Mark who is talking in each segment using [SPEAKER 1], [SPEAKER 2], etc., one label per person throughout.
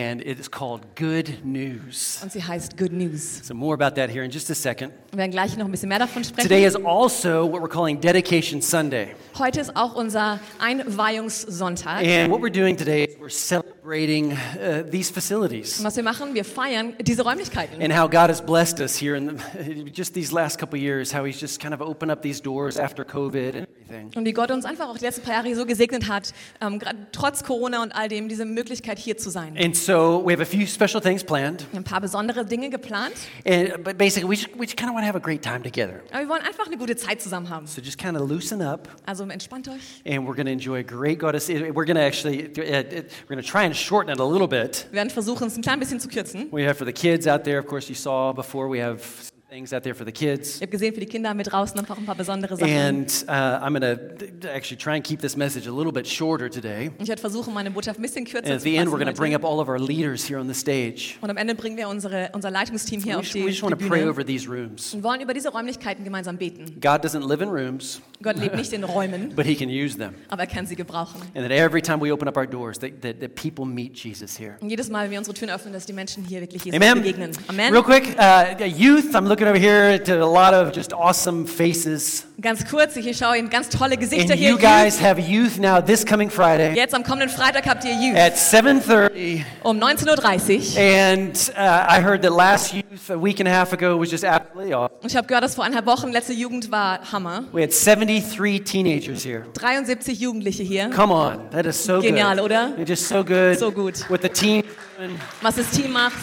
[SPEAKER 1] and it is called Good News.
[SPEAKER 2] Und sie heißt Good News.
[SPEAKER 1] So, more about that here in just a second.
[SPEAKER 2] Wir werden gleich noch ein bisschen mehr davon
[SPEAKER 1] Today
[SPEAKER 2] sprechen.
[SPEAKER 1] is also what we're calling Dedication Sunday.
[SPEAKER 2] Heute ist auch unser Einweihungssonntag.
[SPEAKER 1] And what we're doing today is we're celebrating uh, these
[SPEAKER 2] Und
[SPEAKER 1] facilities
[SPEAKER 2] was wir machen, wir feiern diese Räumlichkeiten.
[SPEAKER 1] and how God has blessed us here in the, just these last couple years, how He's just kind of opened up these doors after COVID and everything.
[SPEAKER 2] Und wie Gott uns einfach auch die letzten paar Jahre so gesegnet hat, ähm, gerade trotz Corona und all dem, diese Möglichkeit hier zu sein. Wir
[SPEAKER 1] And so we have a few special things planned,
[SPEAKER 2] haben ein paar besondere Dinge geplant,
[SPEAKER 1] and, but basically we just, we just kind of want to have a great time together.
[SPEAKER 2] aber wir wollen einfach eine gute Zeit zusammen haben.
[SPEAKER 1] So just kind of loosen up,
[SPEAKER 2] Also entspannt euch.
[SPEAKER 1] and we're going to enjoy a great goddess. We're going to actually uh, uh, we're going to try and shorten it a little bit.
[SPEAKER 2] Wir werden versuchen, es ein klein bisschen zu kürzen.
[SPEAKER 1] We have for the kids out there, of course, you saw before. We have some things out there for the kids.
[SPEAKER 2] Ihr habt gesehen, für die Kinder mit draußen einfach ein paar besondere Sachen.
[SPEAKER 1] And uh, I'm going to actually try and keep this message a little bit shorter today.
[SPEAKER 2] Und ich werde versuchen, meine Botschaft ein bisschen
[SPEAKER 1] And
[SPEAKER 2] kürzer
[SPEAKER 1] at
[SPEAKER 2] zu
[SPEAKER 1] the end, we're going to
[SPEAKER 2] fassen.
[SPEAKER 1] bring
[SPEAKER 2] heute.
[SPEAKER 1] up all of our leaders here on the stage.
[SPEAKER 2] Und am Ende bringen wir unsere, unser Leitungsteam
[SPEAKER 1] We
[SPEAKER 2] hier auf
[SPEAKER 1] just,
[SPEAKER 2] die, die
[SPEAKER 1] want to pray
[SPEAKER 2] Bühne
[SPEAKER 1] over these rooms.
[SPEAKER 2] und wollen über diese Räumlichkeiten gemeinsam beten.
[SPEAKER 1] God doesn't live in rooms,
[SPEAKER 2] Gott lebt nicht in Räumen,
[SPEAKER 1] but He can use them.
[SPEAKER 2] aber er kann sie gebrauchen.
[SPEAKER 1] And that every time we open up our doors, that, that, that people meet Jesus here.
[SPEAKER 2] Und jedes Mal, wenn wir unsere Türen öffnen, dass die Menschen hier wirklich Jesus
[SPEAKER 1] Amen.
[SPEAKER 2] begegnen. Amen.
[SPEAKER 1] Real quick, uh, youth, I'm looking over here to a lot of just awesome faces.
[SPEAKER 2] Ganz kurz, ich schaue Ihnen ganz tolle Gesichter
[SPEAKER 1] And
[SPEAKER 2] hier.
[SPEAKER 1] you guys have youth now this coming Friday
[SPEAKER 2] Jetzt am kommenden Freitag habt ihr Youth
[SPEAKER 1] at 7.30.
[SPEAKER 2] um 19.30 Uhr.
[SPEAKER 1] And uh, I heard that last youth a week and a half ago was just absolutely awesome.
[SPEAKER 2] Und ich habe gehört, dass vor eineinhalb Wochen letzte Jugend war Hammer.
[SPEAKER 1] We had 73 teenagers here.
[SPEAKER 2] 73 Jugendliche hier.
[SPEAKER 1] Come on, that is so
[SPEAKER 2] Genial,
[SPEAKER 1] good.
[SPEAKER 2] oder?
[SPEAKER 1] It's just so good.
[SPEAKER 2] So gut.
[SPEAKER 1] With the team, and
[SPEAKER 2] Was das Team macht.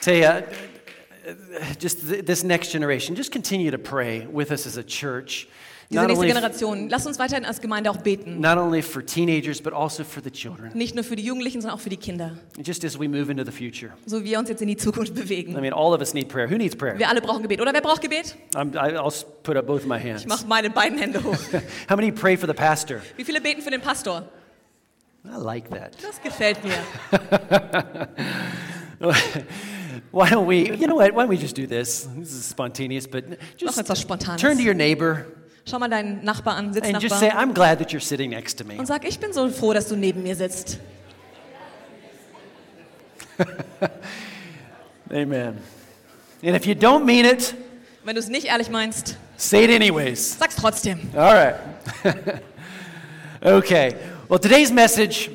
[SPEAKER 1] tell you, uh, just th- this next generation, just continue to pray with us as a church.
[SPEAKER 2] Diese
[SPEAKER 1] Not
[SPEAKER 2] nächste
[SPEAKER 1] only, f-
[SPEAKER 2] Generation. Lasst uns weiterhin als Gemeinde auch beten.
[SPEAKER 1] not only for teenagers, but also for the children.
[SPEAKER 2] Nicht nur für die Jugendlichen, sondern auch für die Kinder.
[SPEAKER 1] Just as we move into the future.
[SPEAKER 2] So wie wir uns jetzt in die Zukunft
[SPEAKER 1] I
[SPEAKER 2] bewegen.
[SPEAKER 1] mean, all of us need prayer. Who needs prayer?
[SPEAKER 2] Wir alle brauchen Gebet. Oder wer braucht Gebet?
[SPEAKER 1] I'm, I- I'll s- put up both my hands.
[SPEAKER 2] Ich mache meine beiden Hände hoch.
[SPEAKER 1] How many pray for the pastor?
[SPEAKER 2] Wie viele beten für den Pastor?
[SPEAKER 1] I like that.
[SPEAKER 2] Das gefällt mir.
[SPEAKER 1] Why don't we, you know what, why don't we just do this? This is spontaneous, but
[SPEAKER 2] Mach
[SPEAKER 1] just
[SPEAKER 2] jetzt was Spontanes.
[SPEAKER 1] turn to your neighbor
[SPEAKER 2] Schau mal deinen Nachbar an,
[SPEAKER 1] and just say,
[SPEAKER 2] Sitznachbar.
[SPEAKER 1] I'm glad that you're sitting next to me.
[SPEAKER 2] Und sag, ich bin so froh, dass du neben mir sitzt.
[SPEAKER 1] Amen. And if you don't mean it,
[SPEAKER 2] Wenn du es nicht ehrlich meinst,
[SPEAKER 1] say it anyways.
[SPEAKER 2] sag's trotzdem.
[SPEAKER 1] All right. okay. Well, today's message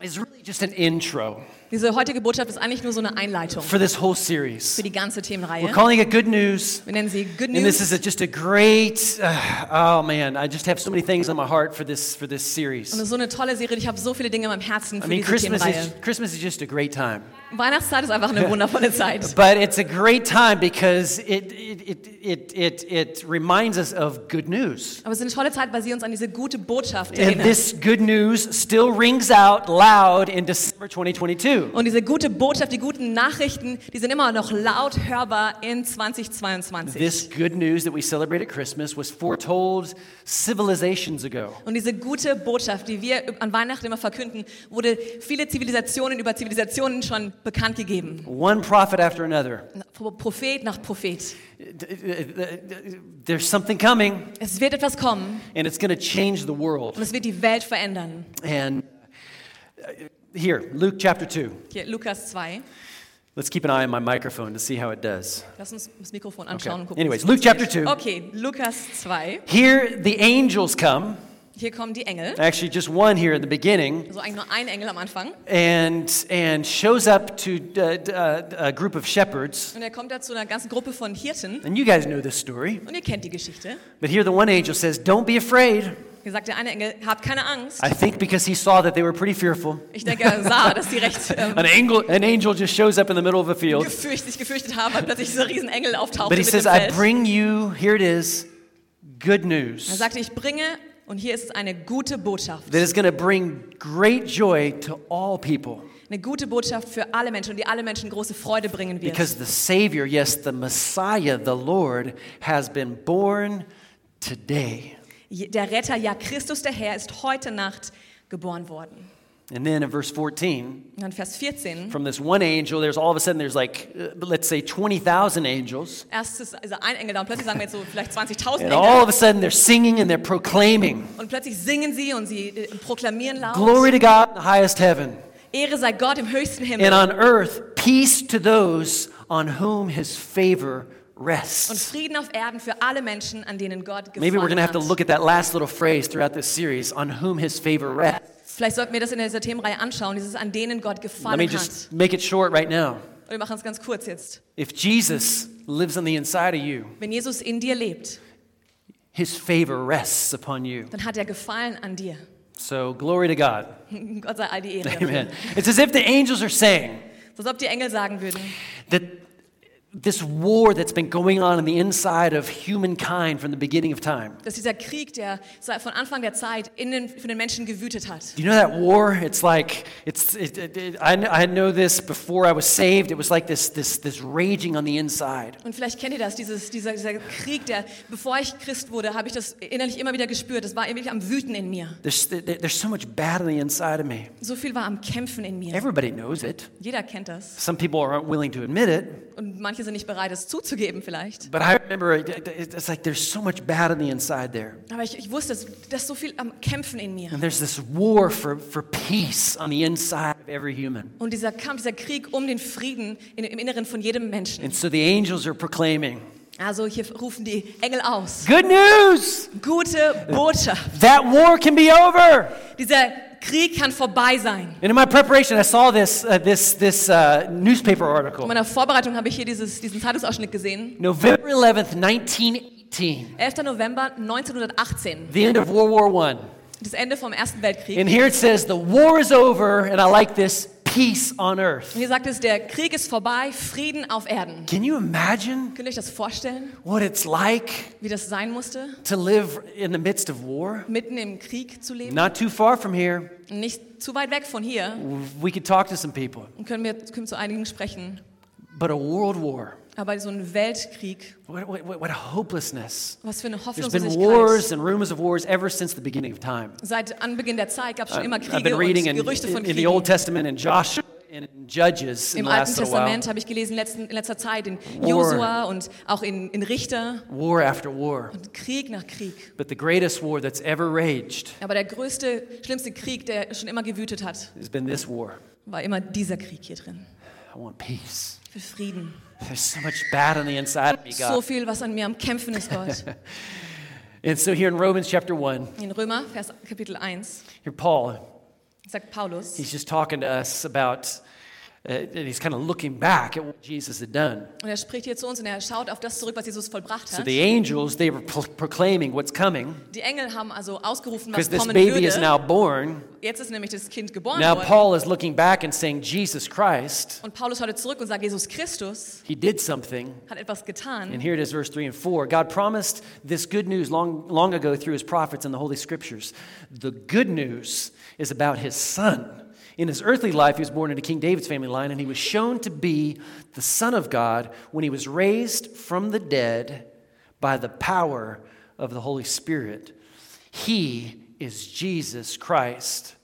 [SPEAKER 1] is really just an intro
[SPEAKER 2] Diese heutige Botschaft ist eigentlich nur so eine Einleitung
[SPEAKER 1] for this whole
[SPEAKER 2] für
[SPEAKER 1] series.
[SPEAKER 2] die ganze
[SPEAKER 1] We're
[SPEAKER 2] Themenreihe.
[SPEAKER 1] calling it Good News.
[SPEAKER 2] Wir nennen sie Good
[SPEAKER 1] And this is
[SPEAKER 2] News.
[SPEAKER 1] a, just a great, uh, oh man, I just have so many things on my heart for this, for this series.
[SPEAKER 2] Und es ist so eine tolle Serie. Ich habe so viele Dinge in meinem Herzen
[SPEAKER 1] I
[SPEAKER 2] für
[SPEAKER 1] mean,
[SPEAKER 2] diese
[SPEAKER 1] Christmas is,
[SPEAKER 2] Themenreihe.
[SPEAKER 1] Christmas is just a great time.
[SPEAKER 2] Weihnachtszeit ist einfach eine wundervolle Zeit.
[SPEAKER 1] But it's a great time because it, it, it, it, it, it reminds us of good news.
[SPEAKER 2] Aber es ist eine tolle Zeit, weil sie uns an diese gute Botschaft
[SPEAKER 1] And
[SPEAKER 2] erinnert.
[SPEAKER 1] this good news still rings out loud in December 2022.
[SPEAKER 2] Und diese gute Botschaft, die guten Nachrichten, die sind immer noch laut hörbar in 2022.
[SPEAKER 1] This good news that we celebrate at Christmas was foretold civilizations ago.
[SPEAKER 2] Und diese gute Botschaft, die wir an Weihnachten immer verkünden, wurde viele Zivilisationen über Zivilisationen schon bekannt gegeben.
[SPEAKER 1] One prophet after another.
[SPEAKER 2] Prophet nach Prophet.
[SPEAKER 1] There's something coming,
[SPEAKER 2] Es wird etwas kommen
[SPEAKER 1] and it's going to change the
[SPEAKER 2] und
[SPEAKER 1] world.
[SPEAKER 2] es wird die Welt verändern.
[SPEAKER 1] And uh, here, Luke chapter 2.
[SPEAKER 2] Hier, Lukas 2.
[SPEAKER 1] Let's keep an eye on my microphone to see how it does.
[SPEAKER 2] Lass uns das Mikrofon
[SPEAKER 1] Okay.
[SPEAKER 2] anschauen und gucken.
[SPEAKER 1] Anyways, Luke chapter 2.
[SPEAKER 2] Okay, Lukas 2.
[SPEAKER 1] Here the angels come.
[SPEAKER 2] Hier kommen die Engel.
[SPEAKER 1] Actually, just one here at the beginning,
[SPEAKER 2] Also eigentlich nur ein Engel am Anfang.
[SPEAKER 1] and and shows up to uh, d- uh, a group of shepherds.
[SPEAKER 2] Und er kommt da zu einer ganzen Gruppe von Hirten.
[SPEAKER 1] And you guys know this story,
[SPEAKER 2] Und ihr kennt die Geschichte.
[SPEAKER 1] but here the one angel says, "Don't be afraid."
[SPEAKER 2] Hier sagt der eine Engel, habt keine Angst.
[SPEAKER 1] I think because he saw that they were pretty fearful.
[SPEAKER 2] Ich denke, er sah, dass die recht ähm,
[SPEAKER 1] An angel, an angel just shows up in the middle of a field,
[SPEAKER 2] gefürchtet, sich gefürchtet haben, weil plötzlich dieser riesen Engel auftauchte
[SPEAKER 1] but he
[SPEAKER 2] mit dem
[SPEAKER 1] says, "I
[SPEAKER 2] Feld.
[SPEAKER 1] bring you." Here it is, good
[SPEAKER 2] Er
[SPEAKER 1] news
[SPEAKER 2] sagte, ich bringe, und hier ist es eine gute Botschaft.
[SPEAKER 1] that is going to bring great joy to all people,
[SPEAKER 2] Eine gute Botschaft für alle Menschen und die alle Menschen große Freude bringen wird.
[SPEAKER 1] because the Savior, yes, the Messiah, the Lord, has been born today.
[SPEAKER 2] Je- Der Retter, ja Christus der Herr, ist heute Nacht geboren worden.
[SPEAKER 1] And then in verse 14,
[SPEAKER 2] Und dann Vers 14.
[SPEAKER 1] from this one angel, there's all of a sudden there's like, uh, let's say 20,000 angels.
[SPEAKER 2] Erst ist also ein Engel da und plötzlich sagen wir jetzt so vielleicht 20.000
[SPEAKER 1] And all
[SPEAKER 2] Engel.
[SPEAKER 1] of a sudden they're singing and they're proclaiming,
[SPEAKER 2] Und plötzlich singen sie und sie äh, proklamieren laut.
[SPEAKER 1] Glory to God in the highest heaven
[SPEAKER 2] Ehre sei Gott im höchsten
[SPEAKER 1] and
[SPEAKER 2] Himmel
[SPEAKER 1] on earth peace to those on whom his favor
[SPEAKER 2] und
[SPEAKER 1] rests.
[SPEAKER 2] Frieden auf Erden für alle Menschen, an denen Gott
[SPEAKER 1] Maybe we're going
[SPEAKER 2] gefallen
[SPEAKER 1] to have to
[SPEAKER 2] hat.
[SPEAKER 1] look at that last little phrase throughout this series on whom his favor rests.
[SPEAKER 2] Vielleicht sollten wir das in dieser Themenreihe anschauen, dieses an denen Gott
[SPEAKER 1] Let me
[SPEAKER 2] gefallen hat.
[SPEAKER 1] just make it short right now.
[SPEAKER 2] Und wir machen es ganz kurz jetzt.
[SPEAKER 1] If Jesus lives on the inside of you,
[SPEAKER 2] Wenn Jesus in dir lebt,
[SPEAKER 1] his favor rests upon you.
[SPEAKER 2] dann hat er Gefallen an dir.
[SPEAKER 1] So glory to God.
[SPEAKER 2] Gott sei all die Ehre. dafür.
[SPEAKER 1] Amen. It's as if the angels are saying
[SPEAKER 2] So, Als ob die Engel sagen würden,
[SPEAKER 1] that this war that's been going on in the inside of humankind from the beginning of time.
[SPEAKER 2] dass dieser Krieg, der seit- von Anfang der Zeit in den, für den Menschen gewütet hat.
[SPEAKER 1] Do you know that war? It's like it's. It, it, it, I, kn- I know this before I was saved. It was like this this this raging on the inside.
[SPEAKER 2] Und vielleicht kennt ihr das, dieses, dieser, dieser Krieg, der, bevor ich Christ wurde, habe ich das innerlich immer wieder gespürt. Das war wirklich am Wüten in mir.
[SPEAKER 1] There's there- there's so much bad on the inside of me.
[SPEAKER 2] So viel war am Kämpfen in mir.
[SPEAKER 1] Everybody knows it.
[SPEAKER 2] Jeder kennt das.
[SPEAKER 1] Some people aren't willing to admit it,
[SPEAKER 2] Und manche sind nicht bereit, es zuzugeben vielleicht.
[SPEAKER 1] but I remember it, it- it's like there's so much bad on the inside there,
[SPEAKER 2] Aber ich, ich wusste, dass- dass so viel am Kämpfen in mir.
[SPEAKER 1] and there's this war for for peace on the inside of every human.
[SPEAKER 2] Und dieser Kampf, dieser Krieg um den Frieden in, im Inneren von jedem Menschen.
[SPEAKER 1] And so the angels are proclaiming,
[SPEAKER 2] Also hier rufen die Engel aus.
[SPEAKER 1] "Good news!
[SPEAKER 2] Gute Botschaft.
[SPEAKER 1] That war can be over."
[SPEAKER 2] Dieser Krieg kann vorbei sein.
[SPEAKER 1] And in my preparation, I saw this uh, this this uh, newspaper
[SPEAKER 2] In
[SPEAKER 1] article.
[SPEAKER 2] meiner Vorbereitung habe ich hier dieses, diesen Zeitungsausschnitt gesehen.
[SPEAKER 1] November 11th, 1918,
[SPEAKER 2] 11. November 1918.
[SPEAKER 1] the end of World War One.
[SPEAKER 2] Das Ende vom Ersten Weltkrieg.
[SPEAKER 1] And here it says, the war is over, and I like this, peace on
[SPEAKER 2] Und
[SPEAKER 1] earth.
[SPEAKER 2] hier sagt es, der Krieg ist vorbei, Frieden auf Erden.
[SPEAKER 1] Can you imagine
[SPEAKER 2] Könnt ihr euch das vorstellen,
[SPEAKER 1] what it's like
[SPEAKER 2] wie das sein musste,
[SPEAKER 1] to live in the midst of war?
[SPEAKER 2] mitten im Krieg zu leben?
[SPEAKER 1] Not too far from here,
[SPEAKER 2] Nicht zu weit weg von hier
[SPEAKER 1] we could talk to some people,
[SPEAKER 2] und können wir können zu einigen sprechen.
[SPEAKER 1] but a world war.
[SPEAKER 2] Aber so ein Weltkrieg,
[SPEAKER 1] What, what, what what a hopelessness.
[SPEAKER 2] was für eine
[SPEAKER 1] There's been
[SPEAKER 2] Hoffnungslosigkeit.
[SPEAKER 1] wars and rumors of wars ever since the beginning of time.
[SPEAKER 2] Seit Anbeginn der Zeit gab es schon immer
[SPEAKER 1] Uh, I've
[SPEAKER 2] Kriege
[SPEAKER 1] been
[SPEAKER 2] und
[SPEAKER 1] reading in,
[SPEAKER 2] Gerüchte von
[SPEAKER 1] in, in the Old
[SPEAKER 2] Kriegen.
[SPEAKER 1] Testament and Joshua and in Judges in
[SPEAKER 2] Im
[SPEAKER 1] the
[SPEAKER 2] Alten
[SPEAKER 1] last little while.
[SPEAKER 2] Testament habe ich gelesen, letzten, in letzter Zeit in
[SPEAKER 1] War.
[SPEAKER 2] Josua und auch in, in Richter.
[SPEAKER 1] War after war.
[SPEAKER 2] Und Krieg nach Krieg.
[SPEAKER 1] But the greatest war that's ever raged
[SPEAKER 2] Aber der größte, schlimmste Krieg, der schon immer gewütet hat,
[SPEAKER 1] has been this war.
[SPEAKER 2] war immer dieser Krieg hier drin.
[SPEAKER 1] I want peace.
[SPEAKER 2] Für Frieden.
[SPEAKER 1] There's so much bad on the inside of me,
[SPEAKER 2] So
[SPEAKER 1] God.
[SPEAKER 2] viel, was an mir am Kämpfen ist, Gott.
[SPEAKER 1] And so here in Romans chapter 1,
[SPEAKER 2] In Römer, Vers Kapitel 1,
[SPEAKER 1] here Paul,
[SPEAKER 2] sagt Paulus,
[SPEAKER 1] he's just talking to us about, uh, and he's kind of looking back at what Jesus had done.
[SPEAKER 2] und er spricht hier zu uns und er schaut auf das zurück, was Jesus vollbracht
[SPEAKER 1] So
[SPEAKER 2] hat.
[SPEAKER 1] the angels, they were pro- proclaiming what's coming
[SPEAKER 2] Die Engel haben also ausgerufen,
[SPEAKER 1] because
[SPEAKER 2] was
[SPEAKER 1] this
[SPEAKER 2] kommen
[SPEAKER 1] baby is
[SPEAKER 2] würde.
[SPEAKER 1] now born.
[SPEAKER 2] Jetzt ist nämlich das Kind geboren
[SPEAKER 1] Now
[SPEAKER 2] worden.
[SPEAKER 1] Paul is looking back and saying, Jesus Christ,
[SPEAKER 2] Und Paulus schaut zurück und sagt, Jesus Christus
[SPEAKER 1] he did something.
[SPEAKER 2] hat etwas
[SPEAKER 1] And
[SPEAKER 2] getan.
[SPEAKER 1] here it is, verse 3 and 4. God promised this good news long, long ago through his prophets in the Holy Scriptures. The good news is about his son. In his earthly life, he was born into King David's family line, and he was shown to be the Son of God when he was raised from the dead by the power of the Holy Spirit. He is Jesus Christ,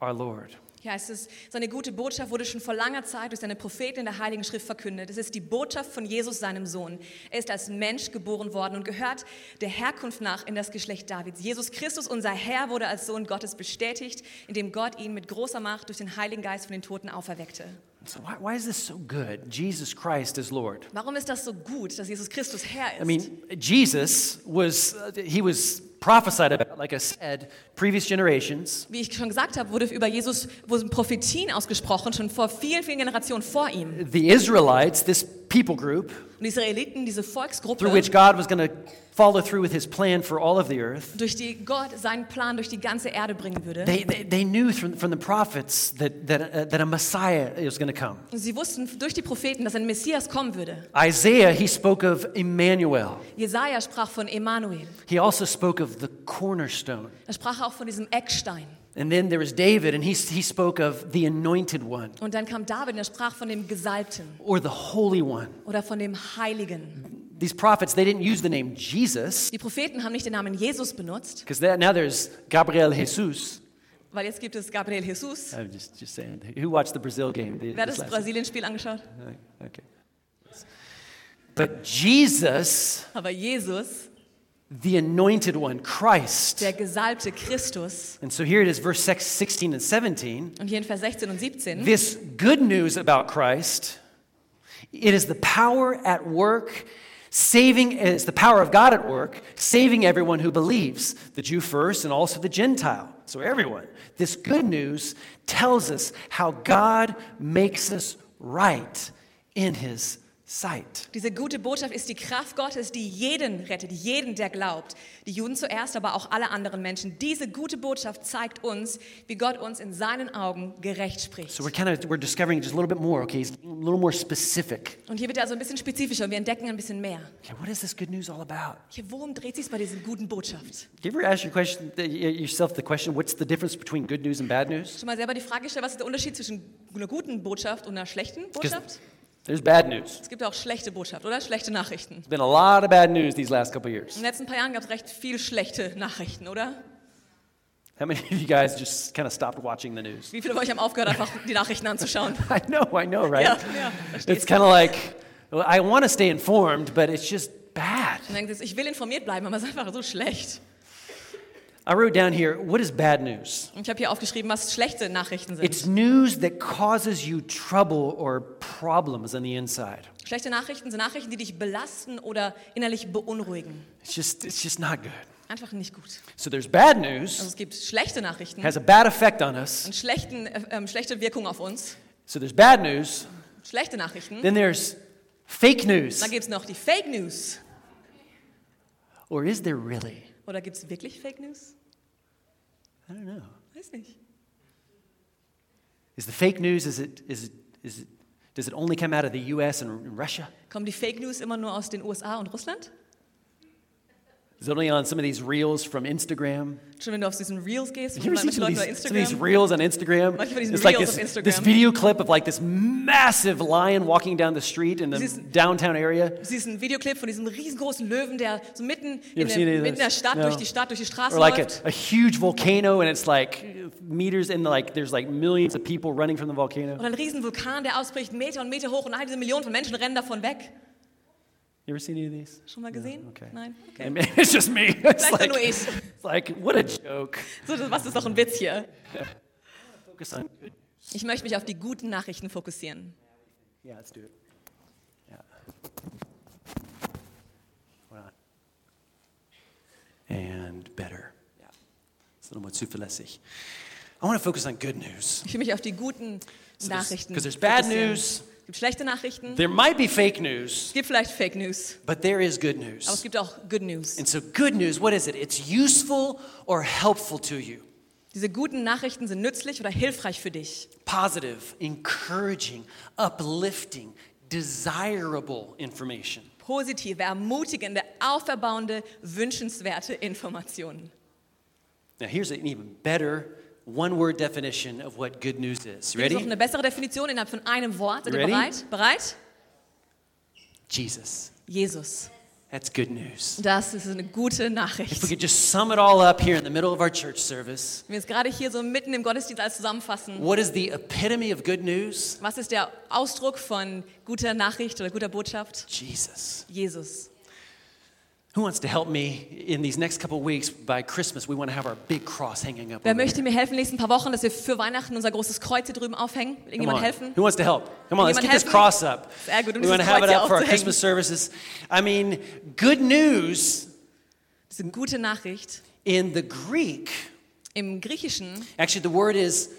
[SPEAKER 1] our Lord.
[SPEAKER 2] Hier heißt es, seine gute Botschaft wurde schon vor langer Zeit durch seine Propheten in der Heiligen Schrift verkündet. Es ist die Botschaft von Jesus, seinem Sohn. Er ist als Mensch geboren worden und gehört der Herkunft nach in das Geschlecht Davids. Jesus Christus, unser Herr, wurde als Sohn Gottes bestätigt, indem Gott ihn mit großer Macht durch den Heiligen Geist von den Toten auferweckte.
[SPEAKER 1] So, why, why is this so good? Jesus Christ is Lord.
[SPEAKER 2] Warum ist das so gut, dass Jesus Christus Herr ist?
[SPEAKER 1] I mean, Jesus was, uh, he was prophesied about, like I said, previous generations.
[SPEAKER 2] Wie ich schon gesagt habe, wurde über Jesus wurden Prophetien ausgesprochen, schon vor vielen, vielen Generationen vor ihm.
[SPEAKER 1] The Israelites, this people group
[SPEAKER 2] Und die Israeliten, diese Volksgruppe,
[SPEAKER 1] through which God was going to follow through with his plan for all of the earth,
[SPEAKER 2] durch die Gott seinen Plan durch die ganze Erde bringen würde.
[SPEAKER 1] they, they, they knew from, from the prophets that, that, uh, that a Messiah is going to come.
[SPEAKER 2] Und Sie wussten durch die Propheten, dass ein Messias kommen würde.
[SPEAKER 1] Isaiah, he spoke of Emmanuel.
[SPEAKER 2] Jesaja sprach von Emanuel.
[SPEAKER 1] He also spoke of the cornerstone.
[SPEAKER 2] Er sprach auch von diesem Eckstein.
[SPEAKER 1] And then there was David, and he, he spoke of the anointed one
[SPEAKER 2] Und dann kam David und er sprach von dem Gesalbten
[SPEAKER 1] or the holy one.
[SPEAKER 2] oder von dem Heiligen.
[SPEAKER 1] These prophets, they didn't use the name Jesus.
[SPEAKER 2] Die Propheten haben nicht den Namen Jesus benutzt,
[SPEAKER 1] Because now there's Gabriel Jesus.
[SPEAKER 2] weil jetzt gibt es Gabriel Jesus.
[SPEAKER 1] I'm just, just saying. Who watched the Brazil game? The-
[SPEAKER 2] Wer hat
[SPEAKER 1] this last-
[SPEAKER 2] das Brasilien-Spiel angeschaut?
[SPEAKER 1] Okay. But Jesus
[SPEAKER 2] Aber Jesus
[SPEAKER 1] the anointed one, Christ.
[SPEAKER 2] der gesalbte Christus.
[SPEAKER 1] And so here it is, verse 6, 16 and 17.
[SPEAKER 2] Und hier in Vers 16 und 17
[SPEAKER 1] This good news about Christ, it is the power at work, saving, it's the power of God at work, saving everyone who believes, the Jew first and also the Gentile. So everyone. This good news tells us how God makes us right in his sight.
[SPEAKER 2] Diese gute Botschaft ist die Kraft Gottes, die jeden rettet, jeden, der glaubt. Die Juden zuerst, aber auch alle anderen Menschen. Diese gute Botschaft zeigt uns, wie Gott uns in seinen Augen gerecht spricht.
[SPEAKER 1] So we're kind of we're discovering just a little bit more, okay? He's a little more specific.
[SPEAKER 2] Und hier wird er also ein bisschen spezifischer und wir entdecken ein bisschen mehr.
[SPEAKER 1] Okay, what is this good news all about?
[SPEAKER 2] Hier, worum dreht sich bei dieser guten Botschaft?
[SPEAKER 1] Do you ever ask your question, y- yourself the question, what's the difference between good news and bad news?
[SPEAKER 2] Schon mal selber die Frage gestellt, was ist der Unterschied zwischen einer guten Botschaft und einer schlechten
[SPEAKER 1] 'Cause
[SPEAKER 2] Botschaft?
[SPEAKER 1] There's bad news.
[SPEAKER 2] Es gibt ja auch schlechte Botschaft, oder? Schlechte Nachrichten.
[SPEAKER 1] There's been a lot of bad news these last couple of
[SPEAKER 2] In
[SPEAKER 1] years.
[SPEAKER 2] den letzten paar Jahren gab es recht viel schlechte Nachrichten, oder?
[SPEAKER 1] How many of you guys just kind of stopped watching the news?
[SPEAKER 2] Wie viele von euch haben aufgehört, einfach die Nachrichten anzuschauen?
[SPEAKER 1] I know, I know, right?
[SPEAKER 2] Ja, ja, verstehe
[SPEAKER 1] it's
[SPEAKER 2] ich.
[SPEAKER 1] kind of like, well, I want to stay informed, but it's just bad.
[SPEAKER 2] Und dann denkst du, ich will informiert bleiben, aber es ist einfach so schlecht.
[SPEAKER 1] I wrote down here, what is bad news?
[SPEAKER 2] Und ich habe hier aufgeschrieben, was schlechte Nachrichten sind.
[SPEAKER 1] It's news that causes you trouble or problems on the inside.
[SPEAKER 2] schlechte Nachrichten sind Nachrichten, die dich belasten oder innerlich beunruhigen.
[SPEAKER 1] It's just, it's just not good.
[SPEAKER 2] Einfach nicht gut.
[SPEAKER 1] So there's bad
[SPEAKER 2] Also
[SPEAKER 1] news,
[SPEAKER 2] es gibt schlechte Nachrichten
[SPEAKER 1] has a bad effect on us.
[SPEAKER 2] und schlechten, äh, ähm, schlechte Wirkung auf uns.
[SPEAKER 1] So there's bad news.
[SPEAKER 2] Schlechte Nachrichten.
[SPEAKER 1] Then there's fake news.
[SPEAKER 2] Dann gibt es noch die Fake News.
[SPEAKER 1] Or is there really?
[SPEAKER 2] Oder gibt es wirklich Fake News?
[SPEAKER 1] I don't know.
[SPEAKER 2] Weiß nicht.
[SPEAKER 1] Is the fake news, is it, is it, is it, does it only come out of the US and Russia?
[SPEAKER 2] Kommen die Fake News immer nur aus den USA und Russland?
[SPEAKER 1] Is it only on some of these reels from Instagram?
[SPEAKER 2] Schon wenn du auf diesen Reels gehst,
[SPEAKER 1] Have
[SPEAKER 2] wo
[SPEAKER 1] you ever
[SPEAKER 2] man
[SPEAKER 1] seen
[SPEAKER 2] mit
[SPEAKER 1] some of
[SPEAKER 2] Leuten bei
[SPEAKER 1] these, some of these
[SPEAKER 2] Instagram.
[SPEAKER 1] reels on Instagram?
[SPEAKER 2] Manche von diesen
[SPEAKER 1] It's like
[SPEAKER 2] Reels auf
[SPEAKER 1] this, this
[SPEAKER 2] Instagram.
[SPEAKER 1] video clip of like this massive lion walking down the street in the
[SPEAKER 2] This is-
[SPEAKER 1] downtown area.
[SPEAKER 2] Du siehst einen Videoclip von diesem riesengroßen Löwen, der so mitten
[SPEAKER 1] You ever
[SPEAKER 2] in der,
[SPEAKER 1] seen any of
[SPEAKER 2] mitten in der
[SPEAKER 1] this?
[SPEAKER 2] Stadt,
[SPEAKER 1] No.
[SPEAKER 2] durch die Stadt, durch die Straße
[SPEAKER 1] Or like a,
[SPEAKER 2] läuft.
[SPEAKER 1] a huge volcano and it's like meters and like there's like millions of people running from the volcano.
[SPEAKER 2] Und ein riesen Vulkan, der ausbricht, Meter und Meter hoch und all diese Millionen von Menschen rennen davon weg.
[SPEAKER 1] You ever seen any of these?
[SPEAKER 2] Schon mal gesehen?
[SPEAKER 1] okay.
[SPEAKER 2] Nein? Okay.
[SPEAKER 1] I mean, it's just me. It's
[SPEAKER 2] Vielleicht
[SPEAKER 1] like,
[SPEAKER 2] nur ich.
[SPEAKER 1] it's like, what a joke.
[SPEAKER 2] So, das- was ist doch ein Witz hier?
[SPEAKER 1] Focus on good.
[SPEAKER 2] Ich möchte mich auf die guten Nachrichten fokussieren.
[SPEAKER 1] Yeah, let's do it. Yeah. Hold on. And better. Yeah. It's a little more zuverlässig. I want to focus on good news.
[SPEAKER 2] Ich will mich auf die guten
[SPEAKER 1] there's-
[SPEAKER 2] Nachrichten
[SPEAKER 1] 'cause there's bad
[SPEAKER 2] fokussieren.
[SPEAKER 1] news.
[SPEAKER 2] Es gibt schlechte Nachrichten,
[SPEAKER 1] There might be fake news,
[SPEAKER 2] es gibt vielleicht Fake News,
[SPEAKER 1] but there is good
[SPEAKER 2] aber es
[SPEAKER 1] news.
[SPEAKER 2] gibt auch Good News.
[SPEAKER 1] And so, good news, what is it? It's useful or helpful to you,
[SPEAKER 2] Diese guten Nachrichten sind nützlich oder hilfreich für dich.
[SPEAKER 1] positive, encouraging, uplifting, desirable information.
[SPEAKER 2] positive, ermutigende, auferbauende, wünschenswerte Informationen.
[SPEAKER 1] Now, here's an even better one word definition of what good news is. You
[SPEAKER 2] Gibt es noch
[SPEAKER 1] Ready?
[SPEAKER 2] eine bessere Definition innerhalb von einem Wort? Seid ihr
[SPEAKER 1] Ready?
[SPEAKER 2] bereit? Bereit?
[SPEAKER 1] Jesus.
[SPEAKER 2] Jesus.
[SPEAKER 1] That's good news.
[SPEAKER 2] Das ist eine gute
[SPEAKER 1] If we
[SPEAKER 2] Nachricht.
[SPEAKER 1] could just sum it all up here in the middle of our church service,
[SPEAKER 2] Wenn wir es gerade hier so mitten im Gottesdienst alles zusammenfassen.
[SPEAKER 1] what is the epitome of good news?
[SPEAKER 2] Was ist der Ausdruck von guter Nachricht oder guter Botschaft?
[SPEAKER 1] Jesus.
[SPEAKER 2] Jesus.
[SPEAKER 1] Who wants to help me in these next couple weeks by Christmas? We want to have our big cross hanging up.
[SPEAKER 2] Wer
[SPEAKER 1] over
[SPEAKER 2] möchte
[SPEAKER 1] here.
[SPEAKER 2] mir helfen, nächsten paar Wochen, dass wir für Weihnachten unser großes Kreuz hier drüben aufhängen? Will
[SPEAKER 1] Come
[SPEAKER 2] irgendjemand
[SPEAKER 1] on.
[SPEAKER 2] helfen?
[SPEAKER 1] Who wants to help? Come on, let's
[SPEAKER 2] Jemand
[SPEAKER 1] get this
[SPEAKER 2] helfen?
[SPEAKER 1] cross up.
[SPEAKER 2] Sehr gut, um
[SPEAKER 1] we want to
[SPEAKER 2] dieses
[SPEAKER 1] have it
[SPEAKER 2] Kreuz hier
[SPEAKER 1] up for our
[SPEAKER 2] aufzuhängen.
[SPEAKER 1] Christmas services. I mean, good news
[SPEAKER 2] Das ist eine gute Nachricht.
[SPEAKER 1] in the Greek,
[SPEAKER 2] Im Griechischen
[SPEAKER 1] actually, the word is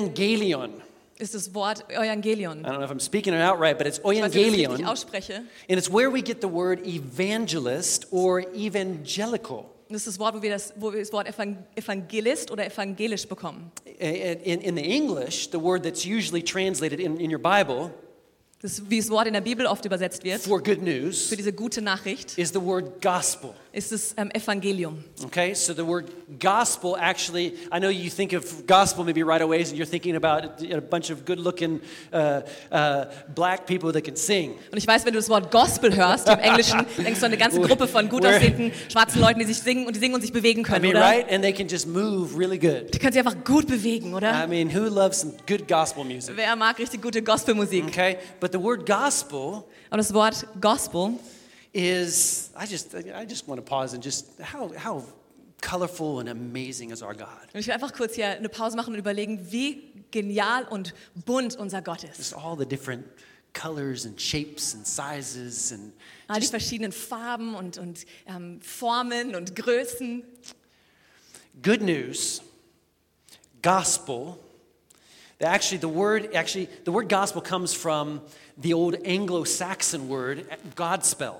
[SPEAKER 1] oiangelion.
[SPEAKER 2] ist das Wort Evangelion.
[SPEAKER 1] I don't know if I'm speaking it out right, but it's
[SPEAKER 2] Ich weiß nicht, ob ich das richtig
[SPEAKER 1] oiangelion.
[SPEAKER 2] ausspreche.
[SPEAKER 1] And it's where we get the word evangelist or evangelical.
[SPEAKER 2] Und Das ist das Wort, wo wir das, wo wir das Wort Evang- Evangelist oder evangelisch bekommen.
[SPEAKER 1] In, in- in the English, the word that's usually translated in, in your Bible
[SPEAKER 2] Das ist, wie das Wort in der Bibel oft übersetzt wird,
[SPEAKER 1] for good
[SPEAKER 2] für
[SPEAKER 1] news
[SPEAKER 2] diese gute Nachricht,
[SPEAKER 1] is the word gospel.
[SPEAKER 2] ist das ähm, Evangelium.
[SPEAKER 1] Okay, so the word gospel actually, I know you think of gospel maybe right away, and you're thinking about a bunch of good looking uh, uh, black people that can sing.
[SPEAKER 2] Und ich weiß, wenn du das Wort Gospel hörst im Englischen, denkst du an eine ganze Gruppe von gut
[SPEAKER 1] Where-
[SPEAKER 2] aussehenden schwarzen Leuten, die sich singen und die singen und sich bewegen
[SPEAKER 1] I
[SPEAKER 2] können,
[SPEAKER 1] mean,
[SPEAKER 2] oder?
[SPEAKER 1] right? And they can just move really good.
[SPEAKER 2] Die können sich einfach gut bewegen,
[SPEAKER 1] I
[SPEAKER 2] oder?
[SPEAKER 1] mean, who loves some good gospel music?
[SPEAKER 2] Wer mag richtig gute Gospelmusik?
[SPEAKER 1] Okay, but the word gospel
[SPEAKER 2] Aber das Wort Gospel
[SPEAKER 1] is I just I just want to pause and just how how colorful and amazing is our God.
[SPEAKER 2] Und ich will einfach kurz hier eine Pause machen und überlegen, wie genial und bunt unser Gott ist.
[SPEAKER 1] Just all the different colors and shapes and sizes and
[SPEAKER 2] All die verschiedenen Farben und, und ähm, Formen und Größen.
[SPEAKER 1] good news, gospel. that Actually, the word actually the word gospel comes from the old Anglo-Saxon word Godspell,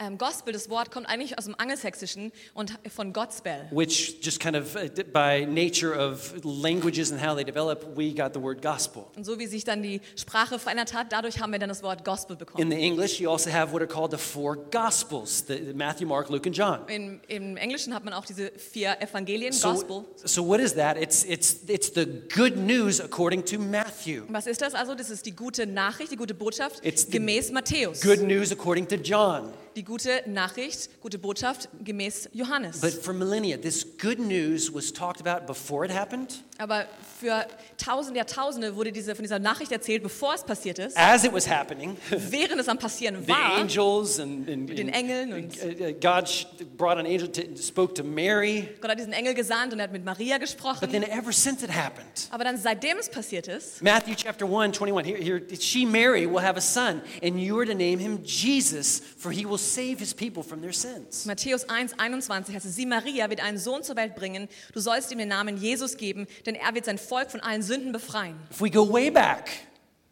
[SPEAKER 2] Ähm, Gospel, das Wort, kommt eigentlich aus dem Angelsächsischen und von Godspell.
[SPEAKER 1] which just kind of uh, d- by nature of languages and how they develop, we got the word gospel.
[SPEAKER 2] Und so wie sich dann die Sprache verändert hat, dadurch haben wir dann das Wort Gospel
[SPEAKER 1] In
[SPEAKER 2] bekommen.
[SPEAKER 1] the English, you also have what are called the four Gospels: the, the Matthew, Mark, Luke, and John.
[SPEAKER 2] In, Im Englischen hat man auch diese vier Evangelien, Gospel.
[SPEAKER 1] So, so what is that? It's it's it's the good news according to Matthew.
[SPEAKER 2] Was ist das also? Das ist die gute Nachricht, die gute Botschaft
[SPEAKER 1] It's the
[SPEAKER 2] gemäß Matthäus.
[SPEAKER 1] Good news according to John.
[SPEAKER 2] Die gute Nachricht, gute Botschaft gemäß Johannes.
[SPEAKER 1] But for millennia, this good news was talked about before it happened,
[SPEAKER 2] Aber für tausende, Jahrtausende wurde diese, von dieser Nachricht erzählt, bevor es passiert ist,
[SPEAKER 1] as it was happening.
[SPEAKER 2] während es am Passieren
[SPEAKER 1] The
[SPEAKER 2] war.
[SPEAKER 1] angels and, and,
[SPEAKER 2] Mit den
[SPEAKER 1] and-
[SPEAKER 2] Engeln und-
[SPEAKER 1] uh, uh, God sh- brought an angel to spoke to Mary.
[SPEAKER 2] Gott hat diesen Engel gesandt und er hat mit Maria
[SPEAKER 1] But
[SPEAKER 2] gesprochen.
[SPEAKER 1] then ever since it happened,
[SPEAKER 2] Aber dann, seitdem es passiert ist,
[SPEAKER 1] Matthew chapter 1, 21. Here, here, she, Mary, will have a son, and you are to name him Jesus, for he will save his people from their sins.
[SPEAKER 2] Matthäus 1, 21 heißt es, sie Maria wird einen Sohn zur Welt bringen, du sollst ihm den Namen Jesus geben, denn er wird sein Volk von allen Sünden befreien.
[SPEAKER 1] If we go way back,